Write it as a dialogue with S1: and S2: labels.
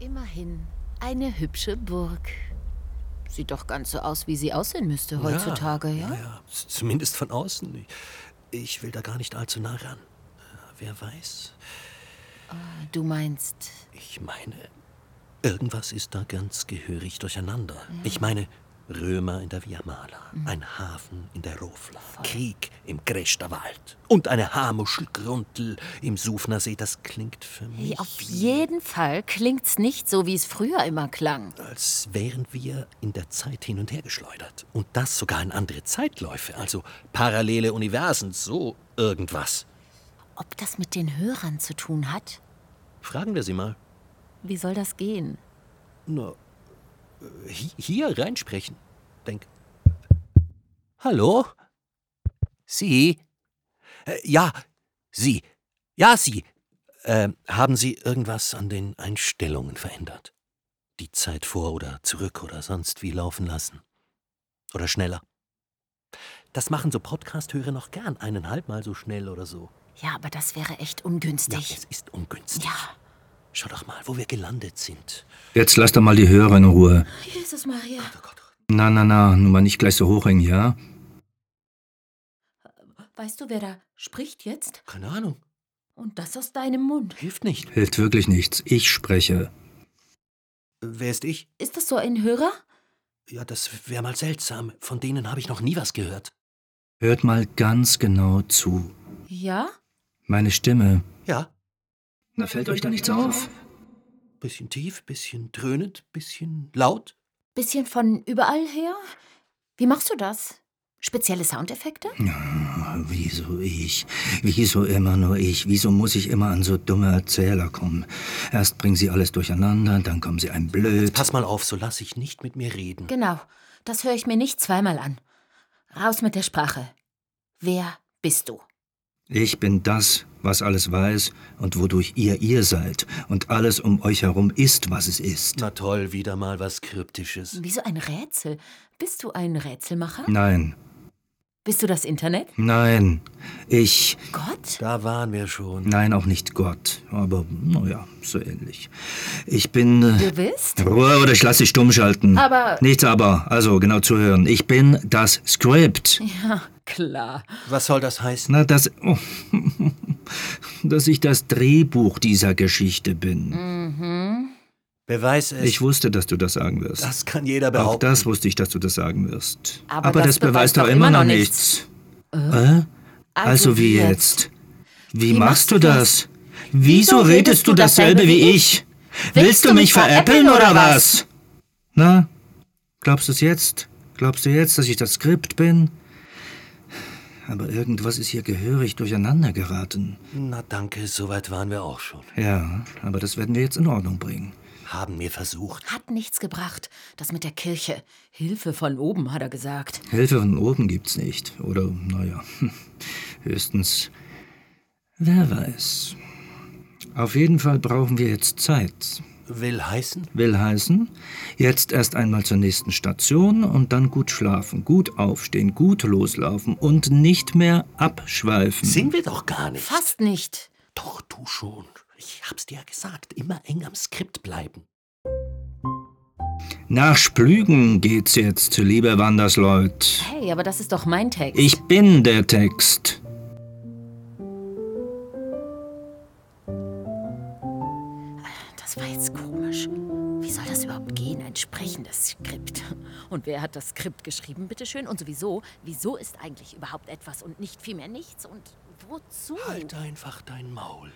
S1: Immerhin eine hübsche Burg. Sieht doch ganz so aus, wie sie aussehen müsste heutzutage, ja?
S2: Ja, ja. Z- Zumindest von außen. Ich- Ich will da gar nicht allzu nah ran. Ja, Wer weiß?
S1: Du meinst,
S2: Ich meine, irgendwas ist da ganz gehörig durcheinander.
S1: Mhm.
S2: Ich meine, Römer in der Via Mala, ein Hafen in der Rofla, Krieg im Greschter Wald und eine Haarmuschelgruntel im Sufner See. Das klingt für mich,
S1: hey, auf jeden Fall klingt's nicht so, wie es früher immer klang.
S2: als wären wir in der Zeit hin und her geschleudert. Und das sogar in andere Zeitläufe, also parallele Universen, so irgendwas.
S1: Ob das mit den Hörern zu tun hat?
S2: Fragen wir sie mal.
S1: Wie soll das gehen?
S2: Na, äh, hi- hier reinsprechen. Denk. Hallo? Sie? Äh, ja, Sie. Ja, Sie. Ähm, haben Sie irgendwas an den Einstellungen verändert? Die Zeit vor oder zurück oder sonst wie laufen lassen? Oder schneller? Das machen so Podcast-Hörer noch gern, eineinhalb Mal so schnell oder so.
S1: Ja, aber das wäre echt
S2: Ja,
S1: ungünstig.
S2: es ist ungünstig.
S1: Ja.
S2: Schau doch mal, wo wir gelandet sind.
S3: Jetzt lass doch mal die Hörer in Ruhe.
S1: Jesus
S4: Ah.
S1: Maria.
S2: Oh Gott.
S3: Na, na, na, nun mal nicht gleich so hochhängen, ja?
S4: Weißt du, wer da spricht jetzt?
S2: Keine Ahnung.
S4: Und das aus deinem Mund.
S2: Hilft nicht.
S3: Hilft wirklich nichts. Ich spreche.
S2: Wer ist ich?
S4: Ist das so ein Hörer?
S2: Ja, das wäre mal seltsam. Von denen habe ich noch nie was gehört.
S3: Hört mal ganz genau zu.
S4: Ja?
S3: Meine Stimme.
S2: Ja,
S3: Na, fällt euch da nichts auf?
S2: bisschen tief, bisschen dröhnend, bisschen laut.
S4: Bisschen von überall her? Wie machst du das? Spezielle Soundeffekte?
S3: Wieso ich? Wieso immer nur ich? Wieso muss ich immer an so dumme Erzähler kommen? Erst bringen sie alles durcheinander, dann kommen sie ein Blöd.
S2: Pass mal auf, so lass ich nicht mit mir reden.
S4: Genau. Das höre ich mir nicht zweimal an. Raus mit der Sprache. Wer bist du?
S3: Ich bin das, was alles weiß und wodurch ihr ihr seid. Und alles um euch herum ist, was es ist.
S2: Na toll, wieder mal was Kryptisches.
S4: Wie so ein Rätsel. Bist du ein Rätselmacher?
S3: Nein,
S4: Bist du das Internet?
S3: nein, ich,
S4: Gott?
S2: Da waren wir schon.
S3: nein, auch nicht Gott. Aber naja, so ähnlich. Ich bin. Äh,
S4: Du bist?
S3: Ruhe oder ich lass dich stumm schalten.
S4: Aber-
S3: Nichts aber, also genau zuhören. Ich bin das Skript.
S4: Ja, klar.
S2: Was soll das heißen?
S3: Na, dass, oh, dass ich das Drehbuch dieser Geschichte bin.
S4: Mhm.
S2: Beweis es.
S3: Ich wusste, dass du das sagen wirst.
S2: das kann jeder
S3: Auch
S2: behaupten.
S3: das wusste ich, dass du das sagen wirst.
S4: Aber das beweist doch immer noch nichts.
S3: Äh? Also, wie jetzt? Wie, machst du das? Wieso redest du dasselbe wie ich? Willst du mich veräppeln oder was? Na, glaubst du es jetzt? Glaubst du jetzt, dass ich das Skript bin? Aber irgendwas ist hier gehörig durcheinander geraten.
S2: Na danke, soweit waren wir auch schon.
S3: Ja, aber das werden wir jetzt in Ordnung bringen.
S2: Haben wir versucht.
S4: Hat nichts gebracht. Das mit der Kirche. Hilfe von oben, hat er gesagt.
S3: Hilfe von oben gibt's nicht. Oder, naja, höchstens. Wer weiß. Auf jeden Fall brauchen wir jetzt Zeit.
S2: Will heißen?
S3: Will heißen, jetzt erst einmal zur nächsten Station und dann gut schlafen, gut aufstehen, gut loslaufen und nicht mehr abschweifen.
S2: Sind wir doch gar nicht.
S4: Fast nicht.
S2: Doch, du schon. Ich hab's dir ja gesagt. Immer eng am Skript bleiben.
S3: Nach Splügen geht's jetzt, liebe Wandersleut.
S4: Hey, aber das ist doch mein Text.
S3: Ich bin der Text.
S4: Das war jetzt komisch. Wie soll das überhaupt gehen? Ein sprechendes Skript. Und wer hat das Skript geschrieben, bitteschön? Und sowieso, wieso ist eigentlich überhaupt etwas und nicht vielmehr nichts? Und wozu?
S2: Halt einfach dein Maul.